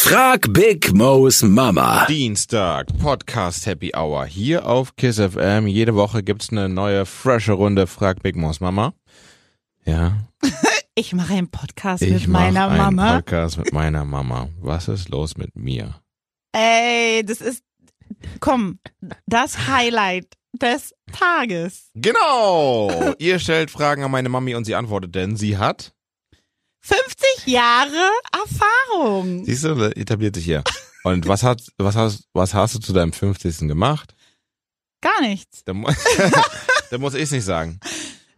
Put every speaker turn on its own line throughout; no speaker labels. Frag Big Mo's Mama.
Dienstag, Podcast Happy Hour hier auf KISS FM. Jede Woche gibt's eine neue, frische Runde Frag Big Mo's Mama. Ja,
Ich mache einen Podcast
ich
mit
mache
meiner
einen
Mama.
Podcast mit meiner Mama. Was ist los mit mir?
Ey, das ist, komm, das Highlight des Tages.
Genau! Ihr stellt Fragen an meine Mami und sie antwortet, denn sie hat...
50 Jahre Erfahrung.
Siehst du, das etabliert sich hier. Und was, hat, was, hast, was hast du zu deinem 50. gemacht?
Gar nichts.
Da, mu da muss ich's nicht sagen.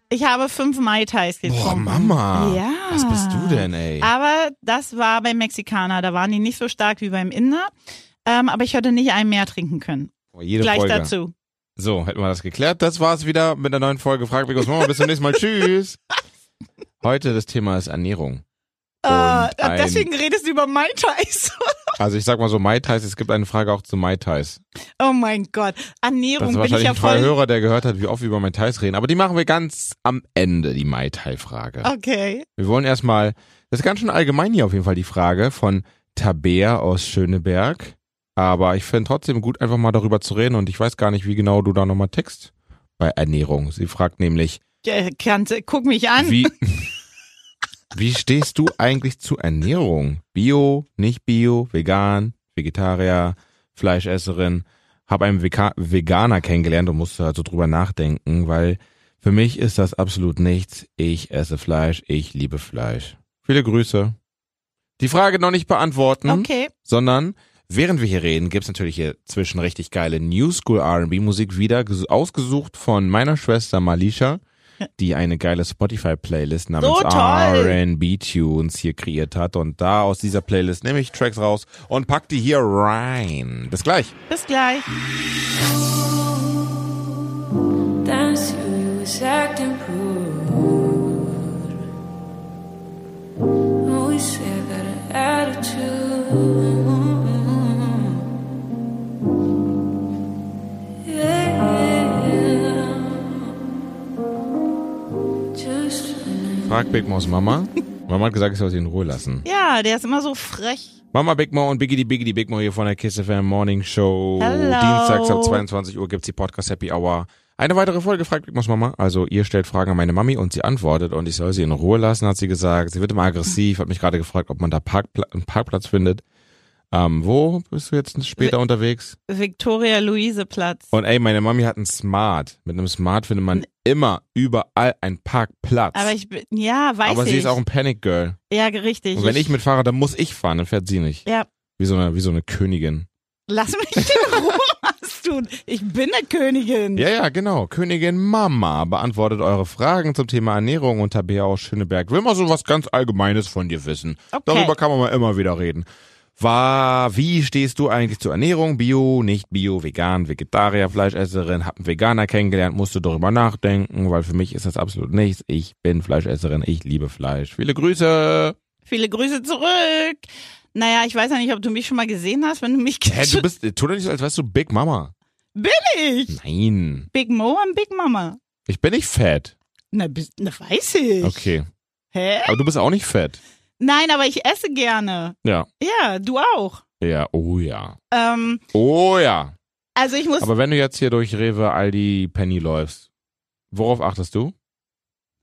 Ich habe fünf Mai Tais getrunken.
Boah, Mama!
Ja. Ah,
Was bist du denn, ey?
Aber das war beim Mexikaner. Da waren die nicht so stark wie beim Inder. Ähm, aber ich hätte nicht einen mehr trinken können.
Boah, jede
Gleich
Folge.
dazu.
So, hätten wir das geklärt. Das war's wieder mit einer neuen Folge Frag Bigos Mama. Bis zum nächsten Mal. Tschüss. Heute das Thema ist Ernährung.
Äh,
Und ein-
deswegen redest du über Mai Tais.
Also ich sag mal so Mai Tais. Es gibt eine Frage auch zu Mai Tais.
oh mein Gott.
Das
Ernährung
ist
bin ich
wahrscheinlich
ja
ein treuer
voll.
Hörer, der gehört hat, wie oft wir über Mai Tais reden. Aber die machen wir ganz am Ende, die Mai Tai Frage.
Oh. Okay.
Wir wollen erstmal, das ist ganz schön allgemein hier auf jeden Fall die Frage von Tabea aus Schöneberg. Aber ich finde trotzdem gut, einfach mal darüber zu reden. Und ich weiß gar nicht, wie genau du da nochmal tickst bei Ernährung. Sie fragt nämlich,
Ja, Kante, guck mich an.
Wie, wie stehst du eigentlich zu Ernährung? Bio, nicht bio, vegan, Vegetarier, Fleischesserin. Hab einen Veka Veganer kennengelernt und musste also drüber nachdenken, weil für mich ist das absolut nichts. Ich esse Fleisch, ich liebe Fleisch. Viele Grüße. Die Frage noch nicht beantworten
Okay.
sondern während wir hier reden, gibt's natürlich hier zwischen richtig geile New School RB Musik wieder, ges- ausgesucht von meiner Schwester Malisha, die eine geile Spotify-Playlist namens
So toll!
RB Tunes hier kreiert hat. Und da aus dieser Playlist nehme ich Tracks raus und pack die hier rein. Bis gleich.
Bis gleich.
Dance you is acting rude. Always say that an attitude. Yeah. Just
Frag Big Mo's Mama. Mama hat gesagt, ich soll sie in Ruhe lassen.
Ja, der ist immer so frech.
Mama Big Mo und Biggity Biggity Big Mo hier von der Kiss FM Morning Show.
Hello.
Dienstags ab 22 Uhr gibt's die Podcast Happy Hour. Eine weitere Folge fragt Big Mo's Mama. Also ihr stellt Fragen an meine Mami und sie antwortet und ich soll sie in Ruhe lassen, hat sie gesagt. Sie wird immer aggressiv, hat mich gerade gefragt, ob man da Parkpla einen Parkplatz findet. Ähm, wo bist du jetzt
Äh,
später unterwegs?
Victoria Luise Platz.
Und ey, meine Mami hat einen Smart. Mit einem Smart findet man immer überall einen Parkplatz.
Aber ich bin, ja, weiß
Aber
ich.
sie ist auch ein Panic Girl.
ja, richtig.
Und wenn ich mit fahre, dann muss ich fahren, dann fährt sie nicht.
Ja.
Wie so eine, wie so eine Königin.
Lass mich in Ruhe was tun. Ich bin eine Königin.
Ja, ja, genau. Königin Mama beantwortet eure Fragen zum Thema Ernährung und Tabea aus Schöneberg. Will mal so was ganz Allgemeines von dir wissen.
Okay.
Darüber kann man mal immer wieder reden. War, wie stehst du eigentlich zur Ernährung? Bio, nicht Bio, vegan, Vegetarier, Fleischesserin, hab einen Veganer kennengelernt, musste darüber nachdenken, weil für mich ist das absolut nichts. Ich bin Fleischesserin, ich liebe Fleisch. Viele Grüße.
Viele Grüße zurück. Naja, ich weiß ja nicht, ob du mich schon mal gesehen hast, wenn du mich
Hä, du bist, tu doch nicht so, als wärst du Big Mama.
Bin ich.
Nein.
Big Mo und Big Mama.
Ich bin nicht fett.
Na, bist, na weiß ich.
Okay.
Hä?
Aber du bist auch nicht fett.
Nein, aber ich esse gerne.
Ja.
Ja, du auch.
Ja, oh ja.
Ähm,
Oh ja.
also ich muss
Aber wenn du jetzt hier durch Rewe, Aldi, Penny läufst, worauf achtest du?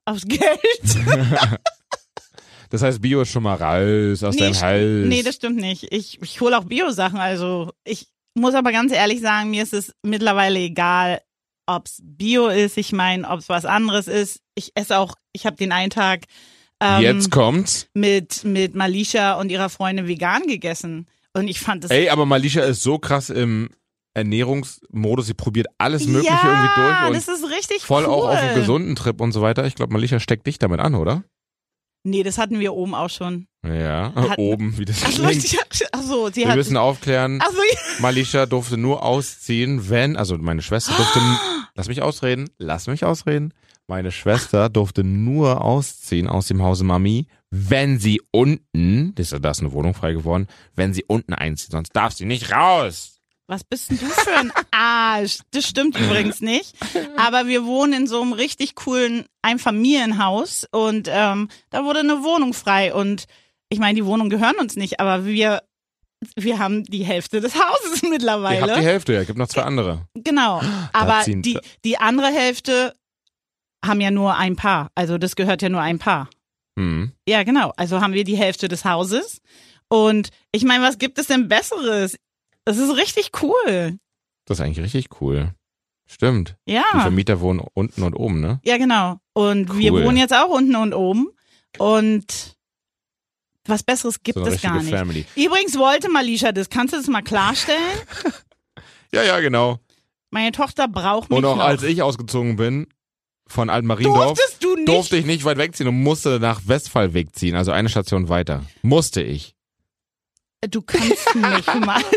aufs Geld.
Das heißt, Bio ist schon mal raus aus
Nee,
deinem
st-
Hals.
Nee, das stimmt nicht. Ich, ich hole auch Bio-Sachen. Also ich muss aber ganz ehrlich sagen, mir ist es mittlerweile egal, ob's Bio ist. Ich meine, ob's was anderes ist. Ich esse auch, ich habe den einen Tag ähm,
jetzt kommt's.
mit, mit Malisha und ihrer Freundin vegan gegessen. Und ich fand das
Ey, aber Malisha ist so krass im Ernährungsmodus. Sie probiert alles Mögliche
ja,
irgendwie durch
das
und
ist richtig
voll
cool.
auch auf einen gesunden Trip und so weiter. Ich glaube, Malisha steckt dich damit an, oder?
Nee, das hatten wir oben auch schon.
Ja,
Hat-
oben, wie das
Achso,
klingt.
ich, achso sie
Wir
hat...
müssen aufklären,
Achso,
Malisha durfte nur ausziehen, wenn, also meine Schwester durfte, lass mich ausreden, lass mich ausreden. Meine Schwester durfte nur ausziehen aus dem Hause Mami, wenn sie unten, das ist- da ist eine Wohnung frei geworden, wenn sie unten einzieht, sonst darf sie nicht raus.
Was bist denn du für ein Arsch? Das stimmt übrigens nicht. Aber wir wohnen in so einem richtig coolen Einfamilienhaus und ähm, da wurde eine Wohnung frei. Und ich meine, die Wohnungen gehören uns nicht, aber wir wir haben die Hälfte des Hauses
Ihr habt die
mittlerweile.
Hälfte, ja. Gibt noch zwei andere.
Genau. Aber
ziehen-
die, die andere Hälfte haben ja nur ein Paar. Also das gehört ja nur ein Paar.
Hm.
Ja, genau. Also haben wir die Hälfte des Hauses. Und ich meine, was gibt es denn Besseres? Das ist richtig cool.
Das ist eigentlich richtig cool. Stimmt. Die
Ja.
Vermieter wohnen unten und oben, ne?
Ja, genau. Und wir
Cool.
wohnen jetzt auch unten und oben. Und was Besseres gibt
so eine
es
richtige
gar nicht.
Family.
Übrigens wollte Malisha das. Kannst du das mal klarstellen?
Ja, ja, genau.
Meine Tochter braucht mich
Und auch
noch.
als ich ausgezogen bin von Altmariendorf,
Durftest du nicht?
durfte ich nicht weit wegziehen und musste nach Westfallweg ziehen, also eine Station weiter. Musste ich.
Du kannst mich mal.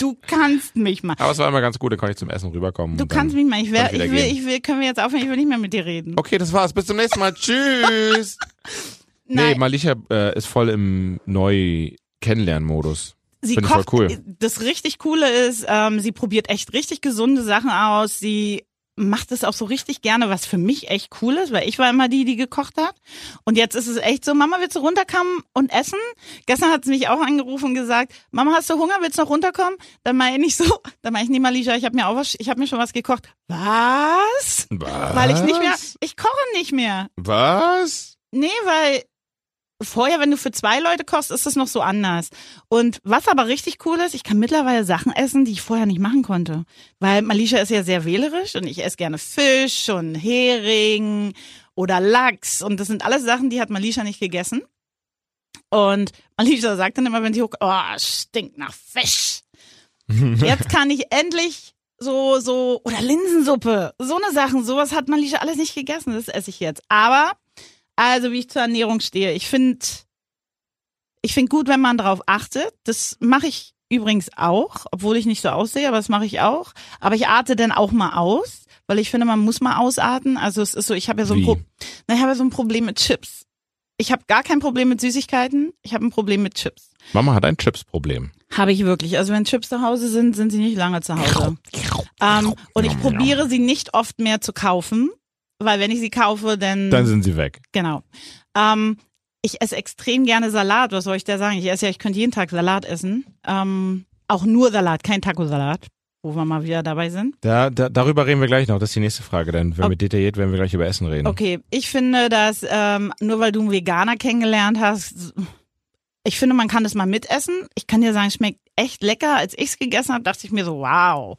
Du kannst mich mal.
Aber es war immer ganz gut, da konnte ich zum Essen rüberkommen.
Du
und dann-
kannst mich mal. Ich,
kann
wär,
ich
ich
wieder
will,
gehen.
ich will, können wir jetzt aufhören? Ich will nicht mehr mit dir reden.
Okay, das war's. Bis zum nächsten Mal. Tschüss. Nee,
Nein,
Malisha äh, ist voll im Neu-Kennenlernen-Modus.
sie
find ich voll
kocht.
cool.
Das richtig Coole ist, ähm, sie probiert echt richtig gesunde Sachen aus. Sie macht es auch so richtig gerne, was für mich echt cool ist, weil ich war immer die, die gekocht hat. Und jetzt ist es echt so, Mama, willst du runterkommen und essen? Gestern hat sie mich auch angerufen und gesagt, Mama, hast du Hunger? Willst du noch runterkommen? Dann meine ich so, dann meine ich, nee, Malisha, ich habe mir auch was, ich habe mir schon was gekocht. Was?
Was?
Weil ich nicht mehr, ich koche nicht mehr.
Was?
Nee, weil vorher, wenn du für zwei Leute kochst, ist das noch so anders. Und was aber richtig cool ist, ich kann mittlerweile Sachen essen, die ich vorher nicht machen konnte. Weil Malisha ist ja sehr wählerisch und ich esse gerne Fisch und Hering oder Lachs. Und das sind alles Sachen, die hat Malisha nicht gegessen. Und Malisha sagt dann immer, wenn sie hochkommt, oh, stinkt nach Fisch. Jetzt kann ich endlich so, so, oder Linsensuppe, so eine Sachen, sowas hat Malisha alles nicht gegessen, das esse ich jetzt. Aber, also wie ich zur Ernährung stehe, ich finde, ich finde gut, wenn man drauf achtet. Das mache ich übrigens auch, obwohl ich nicht so aussehe, aber das mache ich auch. Aber ich arte dann auch mal aus, weil ich finde, man muss mal ausarten. Also es ist so, ich habe ja so ein
Wie?
Pro Na, ich habe ja so ein Problem mit Chips. Ich habe gar kein Problem mit Süßigkeiten, ich habe ein Problem mit Chips.
Mama hat ein Chips-Problem.
Habe ich wirklich. Also wenn Chips zu Hause sind, sind sie nicht lange zu Hause. Ähm, und ich probiere sie nicht oft mehr zu kaufen, weil wenn ich sie kaufe, dann,
Dann sind sie weg.
genau. Ähm, ich esse extrem gerne Salat. Was soll ich da sagen? Ich esse ja, ich könnte jeden Tag Salat essen. Ähm, auch nur Salat, kein Taco-Salat, wo wir mal wieder dabei sind.
Da, da, darüber reden wir gleich noch. Das ist die nächste Frage. Dann, wenn
Okay.
wir detailliert werden, wir gleich über Essen reden.
Okay, ich finde, dass ähm, nur weil du einen Veganer kennengelernt hast, ich finde, man kann das mal mitessen. Ich kann dir sagen, schmeckt echt lecker. Als ich es gegessen habe, dachte ich mir so, wow.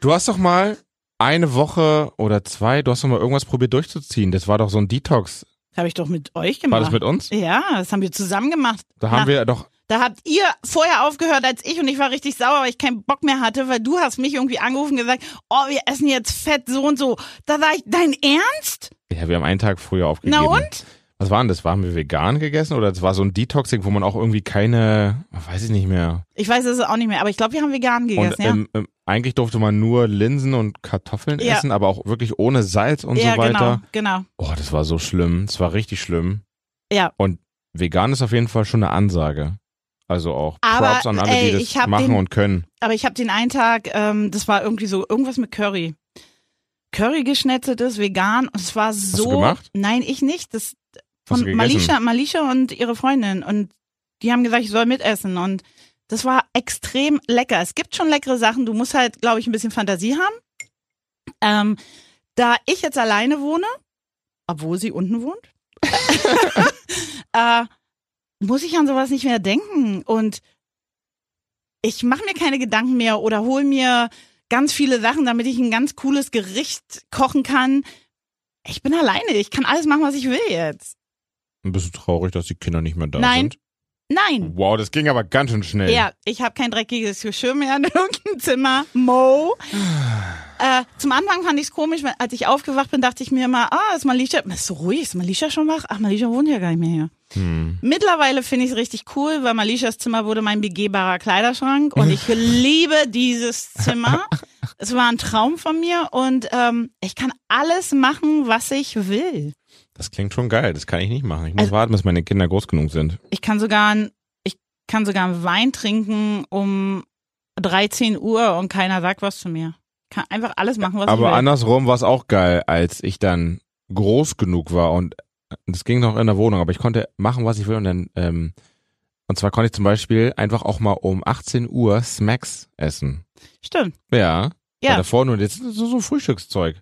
Du hast doch mal eine Woche oder zwei, du hast doch mal irgendwas probiert durchzuziehen. Das war doch so ein Detox.
Habe ich doch mit euch
War
gemacht.
das mit uns?
ja, das haben wir zusammen gemacht.
Da haben wir doch.
Da habt ihr vorher aufgehört als ich und ich war richtig sauer, weil ich keinen Bock mehr hatte, weil du hast mich irgendwie angerufen und gesagt, oh, wir essen jetzt fett so und so. Da sag ich, dein Ernst?
Ja, wir haben einen Tag früher aufgegeben.
Na und?
Was waren das? Waren wir vegan gegessen oder das war so ein Detoxing, wo man auch irgendwie keine, weiß ich nicht mehr.
Ich weiß es auch nicht mehr, aber ich glaube, wir haben vegan gegessen,
und ähm, ähm, eigentlich durfte man nur Linsen und Kartoffeln
Ja.
essen, aber auch wirklich ohne Salz und
ja. ja,
so weiter.
genau, genau.
Oh, das war so schlimm. Das war richtig schlimm.
Ja.
Und vegan ist auf jeden Fall schon eine Ansage. Also auch
Aber,
Props an alle,
ey,
die
ich
das
hab
machen
den-
und können.
Aber ich habe den einen Tag, ähm, das war irgendwie so irgendwas mit Curry. Curry geschnetzeltes, vegan. Und es war so.
du gemacht?
Nein, ich nicht. Das
Hast du
von
gegessen?
Malisha, Malisha und ihre Freundin. Und die haben gesagt, ich soll mitessen. Und das war extrem lecker. Es gibt schon leckere Sachen. Du musst halt, glaube ich, ein bisschen Fantasie haben. Ähm, da ich jetzt alleine wohne, obwohl sie unten wohnt, äh, muss ich an sowas nicht mehr denken. Und ich mache mir keine Gedanken mehr oder hole mir ganz viele Sachen, damit ich ein ganz cooles Gericht kochen kann. Ich bin alleine. Ich kann alles machen, was ich will jetzt.
Ein bisschen traurig, dass die Kinder nicht mehr da
Nein.
sind.
Nein.
Wow, das ging aber ganz schön schnell.
Ja, ich habe kein dreckiges Geschirr mehr in irgendeinem Zimmer. Mo.
Ah.
äh, zum Anfang fand ich es komisch, weil- als ich aufgewacht bin, dachte ich mir immer, ah, ist Malisha, ist so ruhig, ist Malisha schon wach? Ach, Malisha wohnt ja gar nicht mehr hier.
Hm.
Mittlerweile finde ich es richtig cool, weil Malishas Zimmer wurde mein begehbarer Kleiderschrank und ich liebe dieses Zimmer. Es war ein Traum von mir und ähm, ich kann alles machen, was ich will.
Das klingt schon geil. Das kann ich nicht machen. Ich muss
Also-
warten, bis meine Kinder groß genug sind.
Ich kann sogar ein, ich kann sogar einen Wein trinken um 13 Uhr und keiner sagt was zu mir. Ich kann einfach alles machen, was
aber
ich will.
andersrum war es auch geil, als ich dann äh, groß genug war und das ging noch in der Wohnung, aber ich konnte machen, was ich will und dann ähm, Und zwar konnte ich zum Beispiel einfach auch mal um 18 Uhr Smacks essen.
Stimmt.
Ja.
Ja.
Weil davor nur jetzt so, so Frühstückszeug.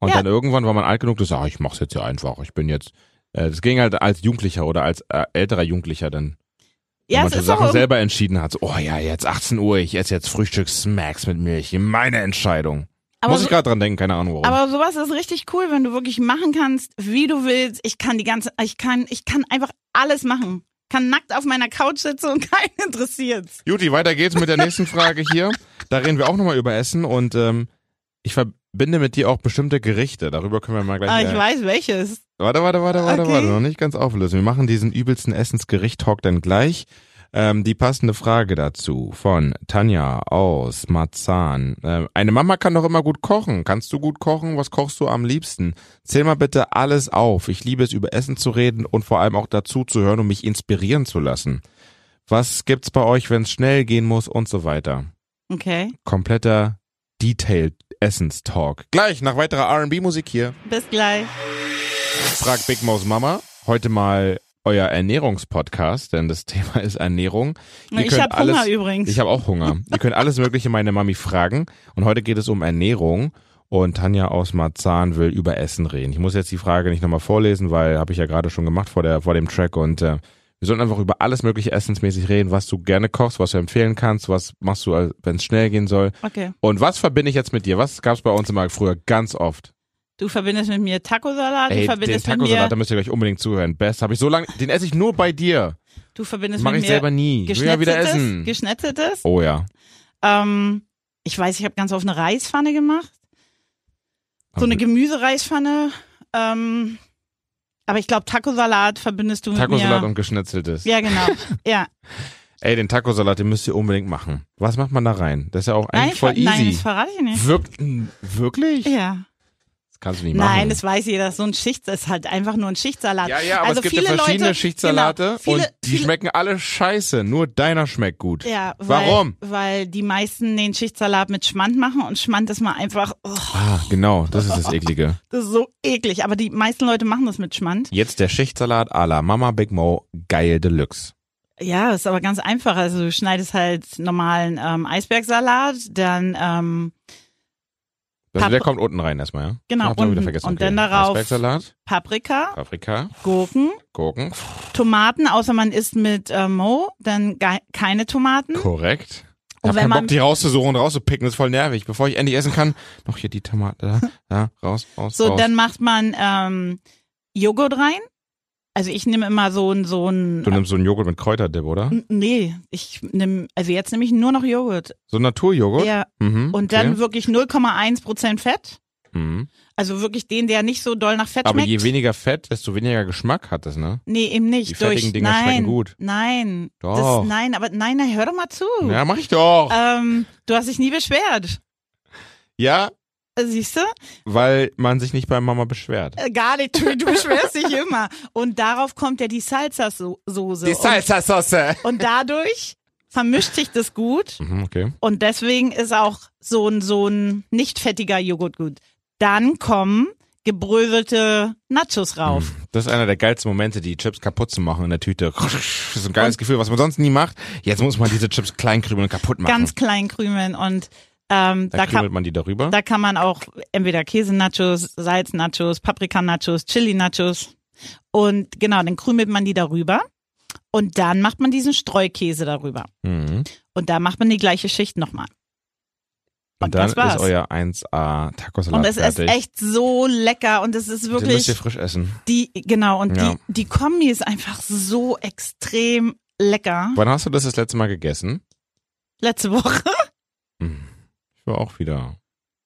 Und
Ja.
dann irgendwann war man alt genug, dass ah, ich mach's jetzt hier einfach. Ich bin jetzt. äh, Das ging halt als Jugendlicher oder als äh, älterer Jugendlicher dann. wenn
Ja,
man
es
für
ist auch
Sachen
irgendwie-
selber entschieden hat. So, oh ja, jetzt 18 Uhr, ich esse jetzt Frühstückssmacks mit Milch. Meine Entscheidung.
aber
Muss
so,
ich gerade dran denken, keine Ahnung warum.
aber sowas ist richtig cool, wenn du wirklich machen kannst, wie du willst. Ich kann die ganze, ich kann, ich kann einfach alles machen. Kann nackt auf meiner Couch sitzen und keinen interessiert's.
Juti, weiter geht's mit der nächsten Frage hier. Da reden wir auch nochmal über Essen und ähm, ich verbinde mit dir auch bestimmte Gerichte. Darüber können wir mal gleich.
Aber Ah, ich
äh,
weiß welches.
Warte, warte, warte, warte,
Okay.
warte. Noch nicht ganz auflösen. Wir machen diesen übelsten Essensgericht-Talk dann gleich. Ähm, die passende Frage dazu von Tanja aus Marzahn. Ähm, eine Mama kann doch immer gut kochen. Kannst du gut kochen? Was kochst du am liebsten? Zähl mal bitte alles auf. Ich liebe es, über Essen zu reden und vor allem auch dazu zu hören und mich inspirieren zu lassen. Was gibt's bei euch, wenn's schnell gehen muss und so weiter?
Okay.
Kompletter Detailed Essenstalk. Gleich nach weiterer R&B-Musik hier.
Bis gleich.
Frag Big Maus Mama. Heute mal euer Ernährungspodcast, denn das Thema ist Ernährung. Ihr
ich
könnt
habe
alles-
Hunger übrigens.
Ich habe auch Hunger. Ihr könnt alles Mögliche meine Mami fragen. Und heute geht es um Ernährung. Und Tanja aus Marzahn will über Essen reden. Ich muss jetzt die Frage nicht nochmal vorlesen, weil habe ich ja gerade schon gemacht vor, der, vor dem Track. Und äh, wir sollten einfach über alles Mögliche essensmäßig reden, was du gerne kochst, was du empfehlen kannst, was machst du, wenn es schnell gehen soll.
okay.
Und was verbinde ich jetzt mit dir? Was gab es bei uns immer früher ganz oft?
Du verbindest mit mir Tacosalat, du
Ey, den
verbindest mit mir,
Taco-Salat, da müsst ihr gleich unbedingt zuhören. Best habe ich so lange, den esse ich nur bei dir.
du verbindest
Mache
mit
ich
mir
selber nie. Ich will ja wieder
geschnetzeltes-
essen.
Geschnetzeltes.
Oh ja.
Ähm, ich weiß, ich habe ganz oft eine Reispfanne gemacht. So eine Gemüsereispfanne. Ähm, aber ich glaube, Tacosalat verbindest du mit
Taco-Salat
mir.
und geschnetzeltes.
ja, genau. ja.
Ey, den Taco-Salat, den müsst ihr unbedingt machen. Was macht man da rein? Das ist ja auch
Nein,
eigentlich
ver-
voll easy.
nein, das verrate ich nicht.
Wirk- wirklich?
Ja.
Das kannst du nicht machen.
Nein, das weiß jeder. So ein Schicht ist halt einfach nur ein Schichtsalat.
ja, ja, aber
also
es gibt ja
viele
verschiedene
Leute,
Schichtsalate
genau, viele,
und die
viele,
schmecken alle scheiße. Nur deiner schmeckt gut.
Ja, weil,
Warum?
Weil die meisten den Schichtsalat mit Schmand machen und Schmand ist mal einfach, oh,
Ah, genau, das ist das Eklige.
das ist so eklig. Aber die meisten Leute machen das mit Schmand.
Jetzt der Schichtsalat à la Mama Big Mo, geil Deluxe.
Ja, ist aber ganz einfach. Also du schneidest halt normalen ähm, Eisbergsalat, dann ähm,
Also der
Pap-
kommt unten rein erstmal, ja?
Genau,
Hab's mal wieder
unten.
vergessen.
Und dann darauf-
Eisbergsalat,
Paprika,
Paprika,
Gurken,
Gurken.
Tomaten, außer man isst mit äh, Mo, dann ge- keine Tomaten.
Korrekt. Ich
Mhm. Und
hab
wenn
keinen
man-
Bock, die rauszusuchen und rauszupicken. Das ist voll nervig. Bevor ich endlich essen kann, noch hier die Tomate. Da, da raus, raus,
So,
raus.
dann macht man ähm, Joghurt rein. Also ich nehme immer so ein so
du
ein
nimmst so einen Joghurt mit Kräuterdip, oder?
N- Nee, ich nehme, also jetzt nehme ich nur noch Joghurt.
So Naturjoghurt?
Ja,
Mhm,
und
okay.
dann wirklich 0,1% Fett.
Mhm.
Also wirklich den, der nicht so doll nach Fett
Aber
schmeckt.
je weniger Fett, desto weniger Geschmack hat es, ne?
nee, eben nicht.
Die
Durch,
fettigen Dinger
nein,
schmecken gut.
Nein.
Doch.
Das, nein, aber nein, nein, hör doch mal zu.
Ja, mach ich doch.
Ähm, du hast dich nie beschwert.
ja,
Siehst du?
weil man sich nicht bei Mama beschwert.
Äh, Gar nicht. Du, du beschwerst dich immer. Und darauf kommt ja die Salsa-Soße.
Die Salsa-Sauce.
Und, und dadurch vermischt sich das gut.
Mhm, okay.
Und deswegen ist auch so ein, so ein nicht fettiger Joghurt gut. Dann kommen gebröselte Nachos rauf.
Mhm. Das ist einer der geilsten Momente, die Chips kaputt zu machen in der Tüte. Das ist ein geiles Gefühl, was man sonst nie macht. Jetzt muss man diese Chips klein krümeln und kaputt machen.
Ganz klein krümeln. Und ähm,
da
da,
krümelt
kann,
man die darüber.
da kann man auch entweder Käse-Nachos, Salz-Nachos, Paprika-Nachos, Chili-Nachos. Und genau, dann krümelt man die darüber. Und dann macht man diesen Streukäse darüber.
mhm.
Und da macht man die gleiche Schicht nochmal.
Und,
Und
dann
das
ist
war's.
euer 1A Tacosalat
Und es ist
fertig.
echt so lecker. Und es ist
Den müsst
wirklich.
ihr frisch essen.
Die, genau, und
Ja.
die, die Kombi ist einfach so extrem lecker.
Wann hast du das das letzte Mal gegessen?
Letzte Woche,
Hm. Ich war auch wieder.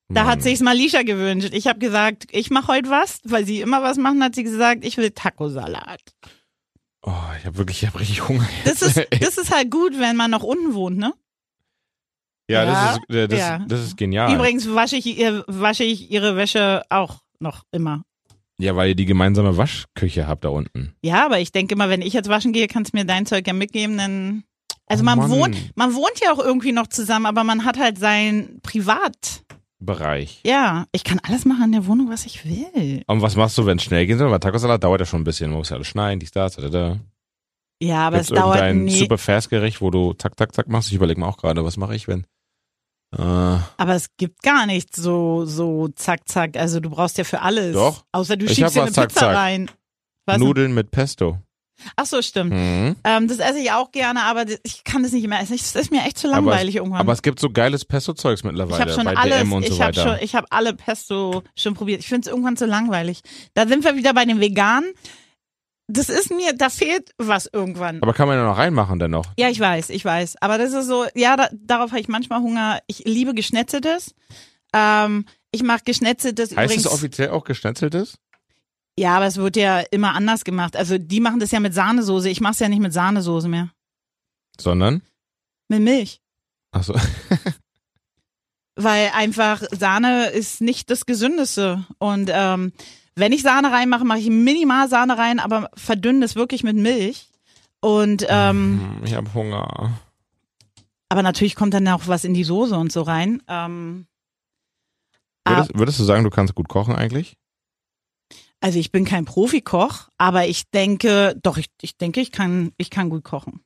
da
Mann.
hat sich's Malisha gewünscht. Ich habe gesagt, ich mache heute was, weil sie immer was machen, hat sie gesagt, ich will Tacosalat.
Oh, ich habe wirklich, ich habe richtig Hunger.
Das ist, das ist halt gut, wenn man noch unten wohnt, ne?
ja, das
Ja.
ist, äh, das,
Ja.
das ist genial.
Übrigens wasche ich, ihr, wasche ich ihre Wäsche auch noch immer.
Ja, weil ihr die gemeinsame Waschküche habt da unten.
Ja, aber ich denke immer, wenn ich jetzt waschen gehe, kannst du mir dein Zeug ja mitgeben, dann. Also
Oh
man
Mann.
wohnt, man wohnt ja auch irgendwie noch zusammen, aber man hat halt sein Privat.
Bereich.
Ja, ich kann alles machen in der Wohnung, was ich will.
Und was machst du, wenn es schnell gehen soll? Weil Tacosalat dauert ja schon ein bisschen. Man muss ja alles schneiden, dies, das, da, da.
Ja, aber
Gibt's
es dauert
irgendein
nie.
super fast Gericht, wo du zack, zack, zack machst? Ich überlege mir auch gerade, was mache ich, wenn. Äh,
Aber es gibt gar nichts so, so zack, zack. Also du brauchst ja für alles.
Doch.
Außer du
Ich hab
schiebst dir
was
eine
zack,
Pizza
zack.
rein. Was?
Nudeln mit Pesto.
Ach so, stimmt.
Mhm.
Ähm, das esse ich auch gerne, aber das- ich kann das nicht mehr essen. Es ist mir echt zu
Aber es-
langweilig irgendwann.
Aber es gibt so geiles Pesto-Zeugs
ich habe
mittlerweile
schon
bei
alles,
DM und
ich
so
habe schon,
weiter.
ich habe alle Pesto schon probiert. Ich finde es irgendwann zu langweilig. Da sind wir wieder bei den Veganen. Das ist mir, da fehlt was irgendwann.
Aber kann man ja noch reinmachen dennoch.
Ja, ich weiß, ich weiß. Aber das ist so, ja, da, darauf habe ich manchmal Hunger. Ich liebe Geschnetzeltes. Ähm, ich mache Geschnetzeltes
Heißt
übrigens.
es offiziell auch geschnetzeltes?
ja, aber es wird ja immer anders gemacht. Also die machen das ja mit Sahnesoße. Ich mache es ja nicht mit Sahnesoße mehr.
Sondern?
Mit Milch.
Achso.
Weil einfach Sahne ist nicht das Gesündeste. Und ähm, wenn ich Sahne reinmache, mache ich minimal Sahne rein, aber verdünne es wirklich mit Milch. Und ähm,
Ich habe Hunger.
aber natürlich kommt dann auch was in die Soße und so rein. Ähm, ah,
Würdest, würdest du sagen, du kannst gut kochen eigentlich?
Also ich bin kein Profikoch, aber ich denke, doch, ich, ich denke, ich kann, ich kann gut kochen.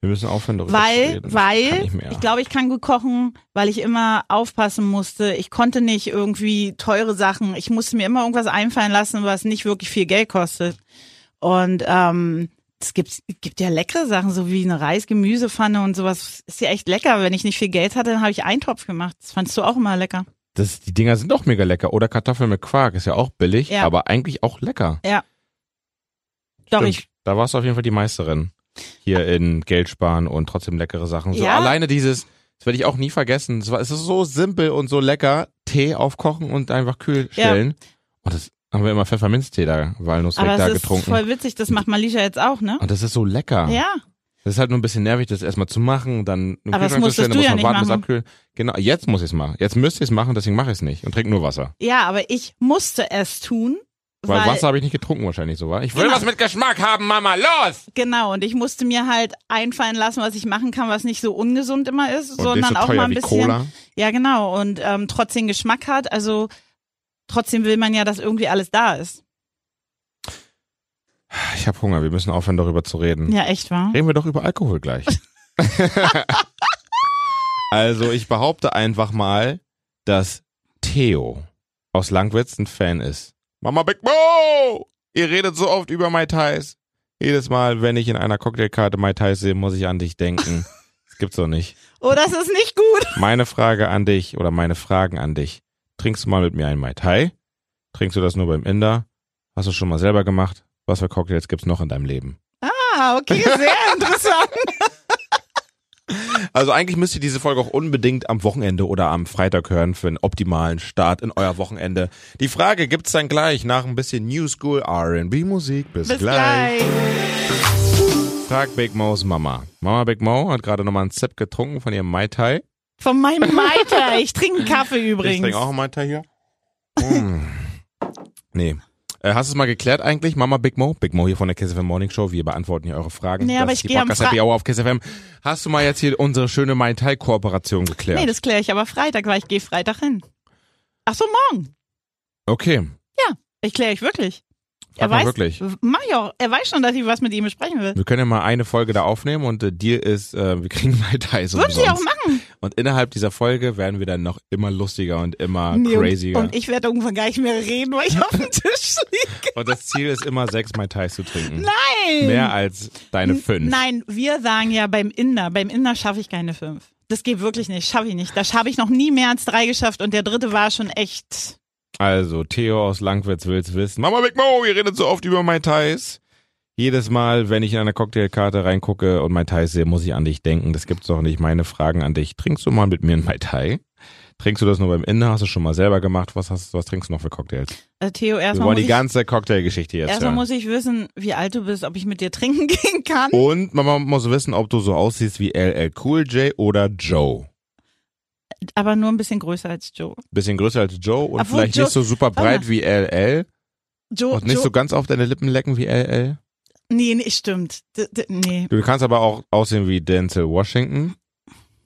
Wir müssen aufhören, darüber zu
Weil,
reden. Kann
weil,
nicht mehr.
ich glaube, ich kann gut kochen, weil ich immer aufpassen musste. Ich konnte nicht irgendwie teure Sachen, ich musste mir immer irgendwas einfallen lassen, was nicht wirklich viel Geld kostet. Und ähm, es gibt, gibt ja leckere Sachen, so wie eine Reis-Gemüsepfanne und sowas. Ist ja echt lecker. Wenn ich nicht viel Geld hatte, dann habe ich Eintopf gemacht. Das fandst du auch immer lecker.
das, die Dinger sind doch mega lecker. Oder Kartoffeln mit Quark ist ja auch billig,
Ja.
aber eigentlich auch lecker.
Doch,
Stimmt.
ich,
Da warst du auf jeden Fall die Meisterin. Hier in Geld sparen und trotzdem leckere Sachen. So
Ja.
alleine dieses, das werde ich auch nie vergessen. Es, war, es ist so simpel und so lecker. Tee aufkochen und einfach kühl
Ja.
stellen. Und das haben wir immer Pfefferminztee da, Walnuss
aber
weg da
es ist
getrunken.
voll witzig. Das macht Malisha jetzt auch, ne?
Und das ist so lecker.
ja.
Das ist halt nur ein bisschen nervig, das erstmal zu machen, dann im
Aber das
Kühlschrank zu stellen, dann
musstest du
muss
ja
man
nicht
warten, bis
machen.
abkühlen. Genau, jetzt muss ich es machen. Jetzt müsste ich es machen, deswegen mache ich es nicht und trinke nur Wasser.
Ja, aber ich musste es tun.
Weil,
Weil,
Wasser habe ich nicht getrunken wahrscheinlich so, war. Ich will
Genau.
was mit Geschmack haben, Mama, los!
Genau, und ich musste mir halt einfallen lassen, was ich machen kann, was nicht so ungesund immer ist,
Und nicht
sondern
so
auch mal
teuer
ein
wie
bisschen.
Cola.
Ja, genau. Und ähm, trotzdem Geschmack hat. Also trotzdem will man ja, dass irgendwie alles da ist.
Ich habe Hunger, wir müssen aufhören, darüber zu reden.
Ja, echt wahr?
Reden wir doch über Alkohol gleich. also, ich behaupte einfach mal, dass Theo aus Langwitz ein Fan ist. Mama Big Mo! Ihr redet so oft über Mai Tais. Jedes Mal, wenn ich in einer Cocktailkarte Mai Tais sehe, muss ich an dich denken. Das gibt's doch nicht.
Oh, das ist nicht gut.
Meine Frage an dich oder meine Fragen an dich. Trinkst du mal mit mir einen Mai Tai? Trinkst du das nur beim Inder? Hast du schon mal selber gemacht? Was für Cocktails gibt's noch in deinem Leben?
Ah, okay, sehr interessant.
Also eigentlich müsst ihr diese Folge auch unbedingt am Wochenende oder am Freitag hören für einen optimalen Start in euer Wochenende. Die Frage gibt's dann gleich nach ein bisschen New School R&B Musik. Bis,
Bis
gleich.
gleich.
Frag Big Mo's Mama. Mama Big Mo hat gerade nochmal einen Zip getrunken von ihrem Mai Tai.
Von meinem Meiter. Ich trinke einen Kaffee übrigens.
Ich trinke auch einen Mai Tai hier. Mm. nee. Äh, hast du es mal geklärt eigentlich, Mama Big Mo? Big Mo hier von der Kiss FM Morning Show. Wir beantworten hier eure Fragen.
Nee,
das
aber
ist
ich
die
gehe am
Podcast
Fra-
Happy Hour auf Kiss FM. Hast du mal jetzt hier unsere schöne Mai Tai Kooperation geklärt?
Nee, das kläre ich aber Freitag, weil ich gehe Freitag hin. Ach so, morgen.
okay.
Ich kläre ich wirklich.
Frag
er
mal
weiß,
wirklich.
Mach ich auch. Er weiß schon, dass ich was mit ihm besprechen will.
Wir können ja mal eine Folge da aufnehmen und äh, dir ist, äh, wir kriegen Mai Tai so
Würden sie auch machen.
Und innerhalb dieser Folge werden wir dann noch immer lustiger und immer
Nee,
crazier.
Und,
Und,
und ich werde irgendwann gar nicht mehr reden, weil ich auf dem Tisch liege.
das Ziel ist immer, sechs Mai Tais zu trinken.
Nein!
Mehr als deine fünf.
Nein, wir sagen ja beim Inder, beim Inder schaffe ich keine fünf. Das geht wirklich nicht, schaffe ich nicht. Da habe ich noch nie mehr als drei geschafft und der dritte war schon echt.
Also, Theo aus Langwitz will's wissen. Mama Big Mo, ihr redet so oft über Mai Tais. Jedes Mal, wenn ich in eine Cocktailkarte reingucke und Mai Tais sehe, muss ich an dich denken. Das gibt's doch nicht. Meine Fragen an dich. Trinkst du mal mit mir einen Mai Tai? Trinkst du das nur beim Inder? Hast du schon mal selber gemacht? Was, hast, was trinkst du noch für Cocktails?
Äh, Theo,
Wir
erstmal
wollen
muss,
die
ich-
ganze Cocktailgeschichte jetzt
erstmal
hören.
muss ich wissen, wie alt du bist, ob ich mit dir trinken gehen kann.
Und man muss wissen, ob du so aussiehst wie LL Cool J oder Joe.
Aber nur ein bisschen größer als Joe.
Bisschen größer als Joe und
Obwohl
vielleicht
Joe-
nicht so super breit wie LL
Joe,
und nicht
Joe
so ganz auf deine Lippen lecken wie LL.
nee, nee, stimmt. D d nee.
Du kannst aber auch aussehen wie Denzel Washington.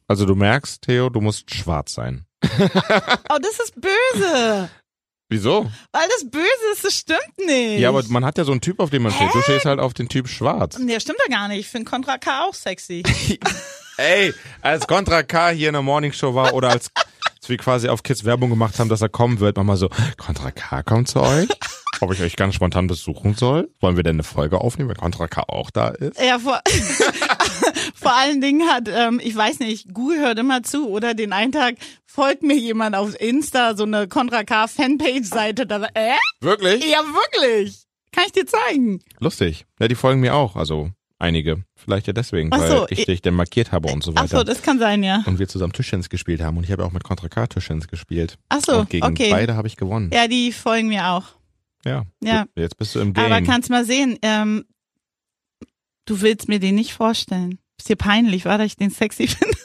Also du merkst, Theo, du musst schwarz sein.
Oh, das ist böse.
Wieso?
Weil das böse ist, das stimmt nicht.
Ja, aber man hat ja so einen Typ, auf den man steht. Du stehst halt auf den Typ schwarz.
Nee, stimmt ja gar nicht. Ich finde Contra K auch sexy.
Ey, als Contra K hier in der Morningshow war oder als, als wir quasi auf Kids Werbung gemacht haben, dass er kommen wird, mach mal so, Contra K kommt zu euch. Ob ich euch ganz spontan besuchen soll? Wollen wir denn eine Folge aufnehmen, wenn Contra K auch da ist?
Ja, vor, vor allen Dingen hat, ähm, ich weiß nicht, Google hört immer zu oder den einen Tag folgt mir jemand auf Insta, so eine Contra K Fanpage-Seite. Da, äh?
Wirklich?
Ja, wirklich. Kann ich dir zeigen.
Lustig. Ja, die folgen mir auch, also einige. Vielleicht ja deswegen,
Ach
weil
so,
ich
ich-
dich denn markiert habe und so
Ach so,
weiter.
das kann sein, ja.
und wir zusammen Tischchens gespielt haben und ich habe auch mit Contra K Tischchens gespielt.
Ach so,
und gegen
okay.
beide habe ich gewonnen.
Ja, die folgen mir auch.
Ja.
Ja.
Jetzt bist du im Game.
Aber kannst mal sehen, ähm, du willst mir den nicht vorstellen. Ist dir peinlich, war, dass ich den sexy finde?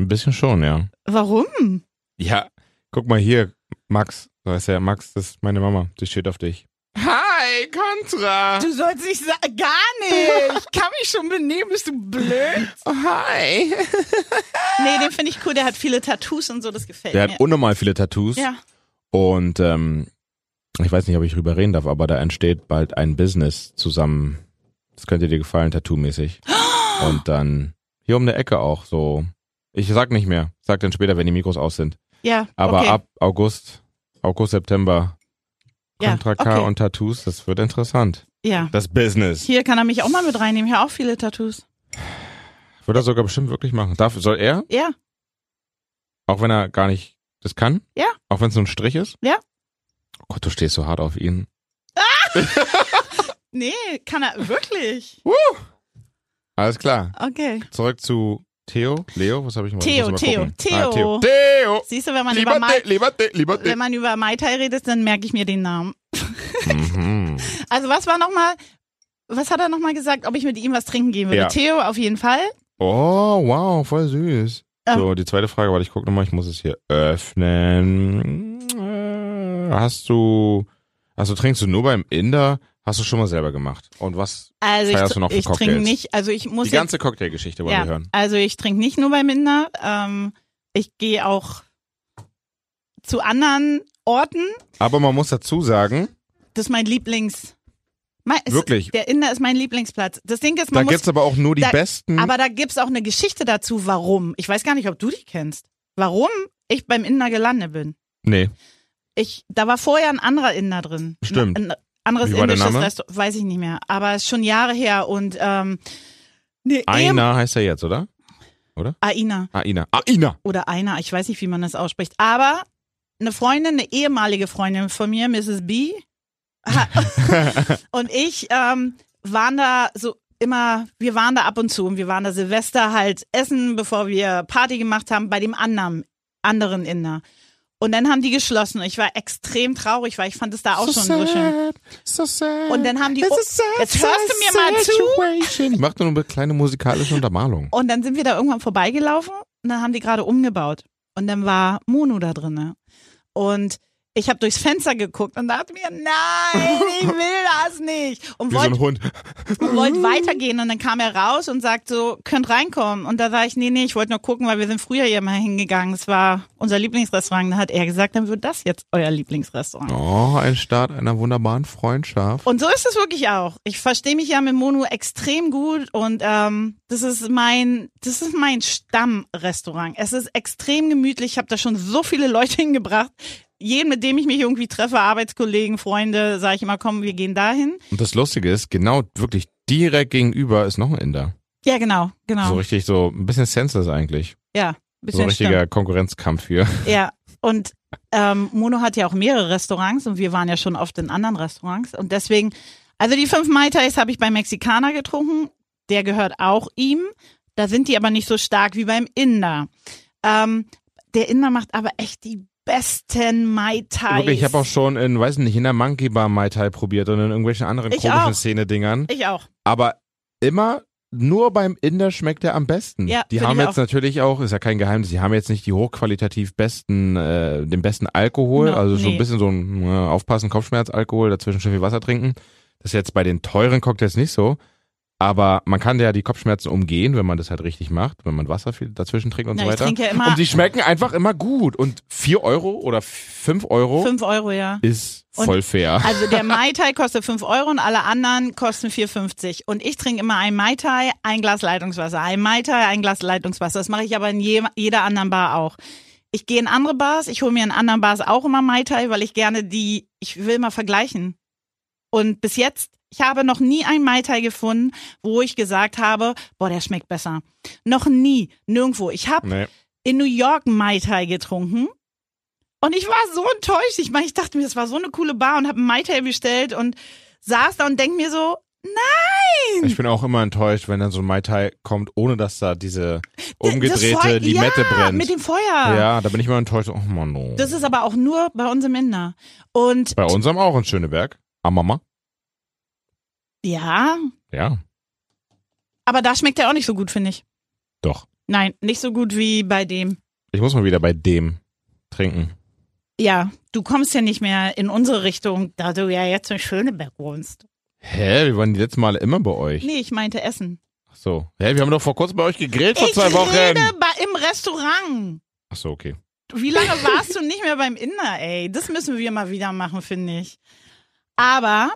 Ein bisschen schon, ja.
Warum?
Ja. Guck mal hier, Max. Du weißt ja, Max, das ist meine Mama. Die steht auf dich. Hi, Contra.
Du sollst nicht sagen, gar nicht. Ich kann mich schon benehmen, bist du blöd?
Oh, hi.
Nee, den finde ich cool, der hat viele Tattoos und so, das gefällt
Der
mir.
hat unnormal viele Tattoos.
ja,
Und ähm, ich weiß nicht, ob ich rüber reden darf, aber da entsteht bald ein Business zusammen. Das könnte dir gefallen, tattoo-mäßig. Und dann hier um der Ecke auch so. Ich sag nicht mehr. Sag dann später, wenn die Mikros aus sind.
ja.
Aber
okay.
ab August, August, September,
ja,
Contra K
okay.
und Tattoos, das wird interessant.
Ja.
Das Business.
Hier kann er mich auch mal mit reinnehmen. Hier auch viele Tattoos.
Wird er sogar bestimmt wirklich machen. Darf, soll er?
Ja,
Auch wenn er gar nicht das kann?
Ja.
Auch wenn es nur ein Strich ist?
Ja.
Oh Gott, du stehst so hart auf ihn.
nee, kann er wirklich.
Alles klar.
Okay.
Zurück zu Theo. Leo, was habe ich mal
Theo,
ich muss mal
Theo,
gucken.
Theo.
Ah, Theo. Theo.
Siehst du, wenn man
Lieber
über Mai,
Theo, lieber Theo, lieber
wenn
Theo.
man über Mai Tai redet, dann merke ich mir den Namen.
Mhm.
Also was war nochmal, was hat er nochmal gesagt, ob ich mit ihm was trinken gehen würde?
Ja.
Theo, auf jeden Fall.
Oh, wow, voll süß.
Ähm.
So, die zweite Frage, warte, ich gucke nochmal, ich muss es hier öffnen. Äh, Hast du, also trinkst du nur beim Inder? Hast du schon mal selber gemacht? Und was,
Also ich,
Feierst du noch
tr-
für
ich trinke
Cocktails?
nicht, also ich muss
die ganze Cocktailgeschichte
jetzt,
wollen
ja,
wir hören.
also ich trinke nicht nur bei Minder, ähm, ich gehe auch zu anderen Orten.
Aber man muss dazu sagen,
Das ist mein Lieblings. Mein, es-
Wirklich?
Der Inder ist mein Lieblingsplatz. Das Ding ist,
da
man muss,
gibt's aber auch nur die
da-
besten.
aber da gibt's auch eine Geschichte dazu, warum. Ich weiß gar nicht, ob du die kennst. Warum ich beim Inder gelandet bin.
nee,
Ich, da war vorher ein anderer Inder drin.
Stimmt.
Ein, ein anderes
Wie war der
indisches
Name?
Restaurant, weiß ich nicht mehr. Aber ist schon Jahre her und ähm, ne, ehem-
Aina heißt er jetzt, oder? Ah,
Aina
Aina. Aina!
oder Aina, ich weiß nicht, wie man das ausspricht. Aber eine Freundin, eine ehemalige Freundin von mir, Mrs. B. ha- und ich ähm, waren da so immer, wir waren da ab und zu und wir waren da Silvester halt essen, bevor wir Party gemacht haben bei dem anderen, anderen Inder. Und dann haben die geschlossen. Ich war extrem traurig, weil ich fand es da auch schon so schön.
so sad.
Und dann haben die-
It's a sad,
Jetzt hörst du mir mal zu.
zu. Ich mach nur eine kleine musikalische Untermalung.
Und dann sind wir da irgendwann vorbeigelaufen und dann haben die gerade umgebaut. Und dann war Mono da drinne. Und ich habe durchs Fenster geguckt und dachte mir, nein, ich will das nicht. Und
Wie so
wollte
ein Hund.
und wollte weitergehen und dann kam er raus und sagt so, könnt reinkommen. Und da sage ich, nee, nee, ich wollte nur gucken, weil wir sind früher hier mal hingegangen. Es war unser Lieblingsrestaurant. Da hat er gesagt, dann wird das jetzt euer Lieblingsrestaurant.
Oh, ein Start einer wunderbaren Freundschaft.
Und so ist es wirklich auch. Ich verstehe mich ja mit Mono extrem gut und ähm, das ist mein, das ist mein Stammrestaurant. Es ist extrem gemütlich. Ich habe da schon so viele Leute hingebracht. Jeden, mit dem ich mich irgendwie treffe, Arbeitskollegen, Freunde, sage ich immer, komm, wir gehen dahin.
Und das Lustige ist, genau wirklich direkt gegenüber ist noch ein Inder.
Ja, genau, genau.
So richtig so ein bisschen senseless eigentlich.
ja,
So ein
bisschen
richtiger Konkurrenzkampf hier.
Ja, und ähm, Mono hat ja auch mehrere Restaurants und wir waren ja schon oft in anderen Restaurants. Und deswegen, also die fünf Mai Tais habe ich beim Mexikaner getrunken. Der gehört auch ihm. Da sind die aber nicht so stark wie beim Inder. Ähm, der Inder macht aber echt die besten Mai Tais.
Wirklich, ich habe auch schon in, weiß nicht, in der Monkey Bar Mai Tai probiert und in irgendwelchen anderen
Ich auch.
komischen Szene-Dingern.
Ich auch.
Aber immer nur beim Inder schmeckt er am besten.
Ja,
die
finde
haben
ich
jetzt
auch.
natürlich auch, ist ja kein Geheimnis, die haben jetzt nicht die hochqualitativ besten, äh, den besten Alkohol,
No,
also so ein
nee.
bisschen so ein äh, Aufpassen, Kopfschmerz, Alkohol, dazwischen schon viel Wasser trinken. Das ist jetzt bei den teuren Cocktails nicht so. Aber man kann ja die Kopfschmerzen umgehen, wenn man das halt richtig macht, wenn man Wasser viel dazwischen trinkt und
Na,
so
ich
weiter.
trinke ja immer-
und die schmecken einfach immer gut. Und 4 Euro oder 5 Euro
5 Euro, ja.
ist
Und-
voll fair.
Also der Mai Tai kostet 5 Euro und alle anderen kosten 4,50. Und ich trinke immer ein Mai Tai, ein Glas Leitungswasser, ein Mai Tai, ein Glas Leitungswasser. Das mache ich aber in je, jeder anderen Bar auch. Ich gehe in andere Bars, ich hole mir in anderen Bars auch immer Mai Tai, weil ich gerne die, ich will mal vergleichen. Und bis jetzt, ich habe noch nie einen Mai Tai gefunden, wo ich gesagt habe, boah, der schmeckt besser. Noch nie, nirgendwo. Ich habe
Nee.
in New York einen Mai Tai getrunken. Und ich war so enttäuscht. Ich meine, ich dachte mir, das war so eine coole Bar und habe einen Mai Tai bestellt und saß da und denk mir so,
Ich bin auch immer enttäuscht, wenn dann so ein Mai Tai kommt, ohne dass da diese
d- das Feu-
umgedrehte Limette
ja,
brennt.
ah, Mit dem Feuer.
ja, da bin ich immer enttäuscht. Oh Mann, oh.
Das ist aber auch nur bei uns im Inder. Und
Bei unserem auch in Schöneberg. Ah, Mama.
ja,
Ja,
aber da schmeckt er auch nicht so gut, finde ich.
doch.
Nein, nicht so gut wie bei dem.
Ich muss mal wieder bei dem trinken.
Ja, du kommst ja nicht mehr in unsere Richtung, da du ja jetzt in Schöneberg wohnst.
Hä, wir waren die letzten Male immer bei euch.
Nee, ich meinte Essen.
Ach so. Hä, wir haben doch vor kurzem bei euch gegrillt vor
ich
zwei Wochen.
rede bei, im Restaurant.
Ach so, okay.
Wie lange warst du nicht mehr beim Inder, ey? Das müssen wir mal wieder machen, finde ich. Aber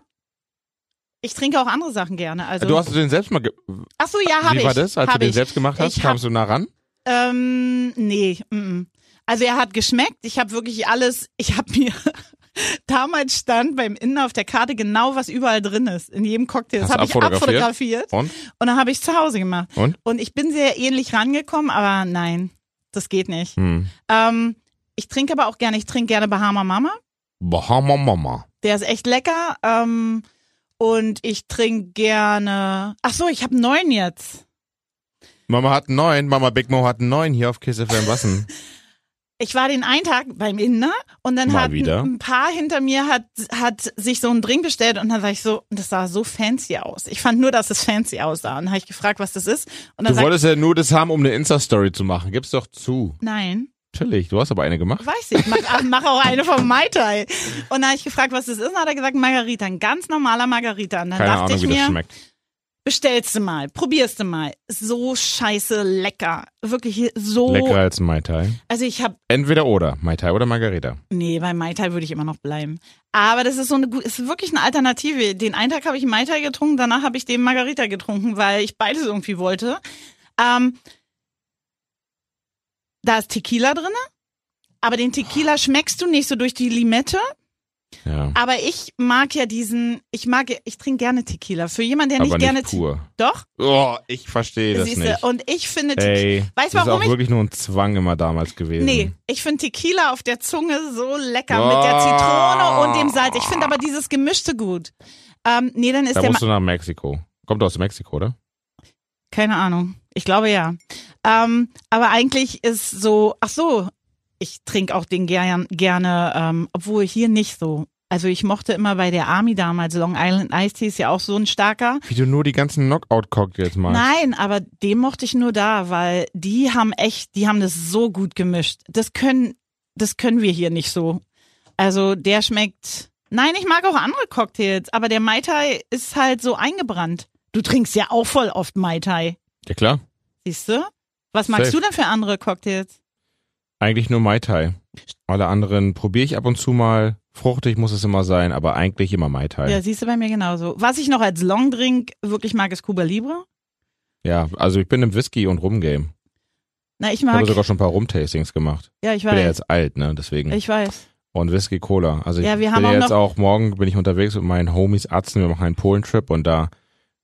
ich trinke auch andere Sachen gerne. Also,
Du hast den selbst mal. Ge
ach so, ja, habe
Wie
ich.
war das, als
Ah,
du
hab
den
ich.
selbst gemacht hast?
Ich hab-
Kamst du nah ran?
Ähm, nee, mm, mm. also er hat geschmeckt. Ich habe wirklich alles. Ich habe mir damals stand beim Inder auf der Karte genau, was überall drin ist in jedem Cocktail. Das
Hast du
habe ich
abfotografiert?
abfotografiert
Und?
und dann habe ich zu Hause gemacht.
Und?
Und ich bin sehr ähnlich rangekommen, aber nein, das geht nicht.
Hm.
Ähm, ich trinke aber auch gerne. Ich trinke gerne Bahama Mama.
Bahama Mama.
Der ist echt lecker. Ähm, und ich trinke gerne. Ach so, ich habe neun jetzt.
Mama hat einen neuen. Mama Big Mo hat einen neuen hier auf Kiss FM Wassen.
Ich war den einen Tag beim Inder und dann
Mal
hat ein,
wieder.
ein Paar hinter mir hat, hat sich so einen Drink bestellt und dann sag ich so, das sah so fancy aus. Ich fand nur, dass es fancy aussah. Und dann habe ich gefragt, was das ist. Und dann
Du
sagt
wolltest ja nur das haben, um eine Insta-Story zu machen. Gib's doch zu.
nein,
Natürlich, du hast aber eine gemacht.
weiß ich, mach, mach auch eine vom Mai Tai. Und dann habe ich gefragt, was das ist und dann hat er gesagt, Margarita, ein ganz normaler Margarita. Und dann
Keine
dachte
Ahnung,
ich
wie
mir,
das schmeckt.
bestellst du mal, probierst du mal. So scheiße lecker. Wirklich so.
Leckerer als ein Mai Tai.
Also ich habe,
Entweder oder. Mai Tai oder Margarita.
nee, bei Mai Tai würde ich immer noch bleiben. Aber das ist so eine gute, ist wirklich eine Alternative. Den einen Tag habe ich Mai Tai getrunken, danach habe ich den Margarita getrunken, weil ich beides irgendwie wollte. Ähm, da ist Tequila drinne, aber den Tequila schmeckst du nicht so durch die Limette.
Ja.
Aber ich mag ja diesen, ich mag, ich trinke gerne Tequila. Für jemanden, der
aber
nicht gerne,
nicht pur.
Te- doch,
Oh, ich verstehe das
siehste.
nicht.
Und ich finde Tequila.
Ey,
Weißt du,
das ist
warum
auch
ich-
wirklich nur ein Zwang immer damals gewesen.
Nee, ich finde Tequila auf der Zunge so lecker mit
Oh.
der Zitrone und dem Salz. Ich finde aber dieses Gemischte gut. Ähm, nee, dann ist
Da
der. Ma
musst du nach Mexiko. Kommt aus Mexiko, oder?
Keine Ahnung. Ich glaube ja. Ähm, aber eigentlich ist so. Ach so, ich trinke auch den gern, gerne, ähm, obwohl hier nicht so. Also ich mochte immer bei der Army damals Long Island Iced Tea ist ja auch so ein starker.
Wie du nur die ganzen Knockout-Cocktails machst.
Nein, aber den mochte ich nur da, weil die haben echt, die haben das so gut gemischt. Das können, das können wir hier nicht so. Also der schmeckt. Nein, ich mag auch andere Cocktails, aber der Mai Tai ist halt so eingebrannt. Du trinkst ja auch voll oft Mai Tai,
Ja klar.
siehst du? Was magst
Safe.
du denn für andere Cocktails?
Eigentlich nur Mai Tai. Alle anderen probiere ich ab und zu mal. Fruchtig muss es immer sein, aber eigentlich immer Mai Tai.
Ja, siehst du bei mir genauso. Was ich noch als Longdrink wirklich mag, ist Cuba Libre.
Ja, also ich bin im Whisky- und Rum-Game.
Na, ich
Ich
mag.
habe sogar schon ein paar Rum-Tastings gemacht.
ja, ich
Ich bin ja
weiß.
jetzt alt, ne? Deswegen.
Ich weiß.
und Whisky Cola. Also ich
Ja, wir haben
bin
auch
ja jetzt
noch-
auch morgen bin ich unterwegs mit meinen Homies Atzen. Wir machen einen Polen-Trip und da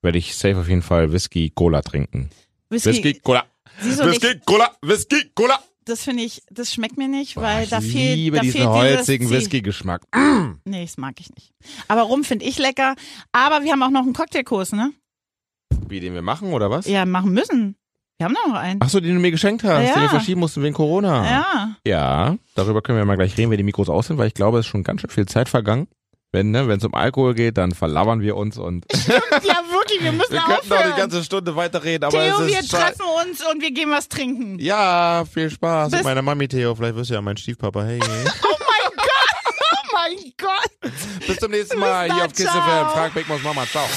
werde ich safe auf jeden Fall Whisky Cola trinken.
Whisky.
Whisky Cola.
Siehst du, und ich-
Cola. Whisky Cola.
Das finde ich, das schmeckt mir nicht,
Boah,
weil
ich
da fehlt.
liebe
da
diesen
fehlt
holzigen
dieses,
Whisky-Geschmack.
Nee, das mag ich nicht. Aber rum finde ich lecker. Aber wir haben auch noch einen Cocktailkurs, ne?
Wie den wir machen oder was?
Ja, machen müssen. Wir haben noch einen.
Ach so, den du mir geschenkt hast,
Ja.
den wir verschieben mussten wegen Corona.
Ja.
Ja, darüber können wir mal gleich reden, wenn die Mikros aus sind, weil ich glaube, es ist schon ganz schön viel Zeit vergangen. Wenn ne, es um Alkohol geht, dann verlabern wir uns und
Ja, wirklich, wir müssen
wir könnten auch die
aufhören.
ganze Stunde weiterreden, aber
Theo, wir
es ist schei-
treffen uns und wir gehen was trinken.
Ja, viel Spaß
Bis-
mit meiner Mami Theo, vielleicht wirst du ja mein Stiefpapa. Hey.
Oh mein Gott.
Bis zum nächsten Mal
Bis
hier
dann,
auf Kiss
ciao.
FM. Frank Beckmanns Mama. Ciao.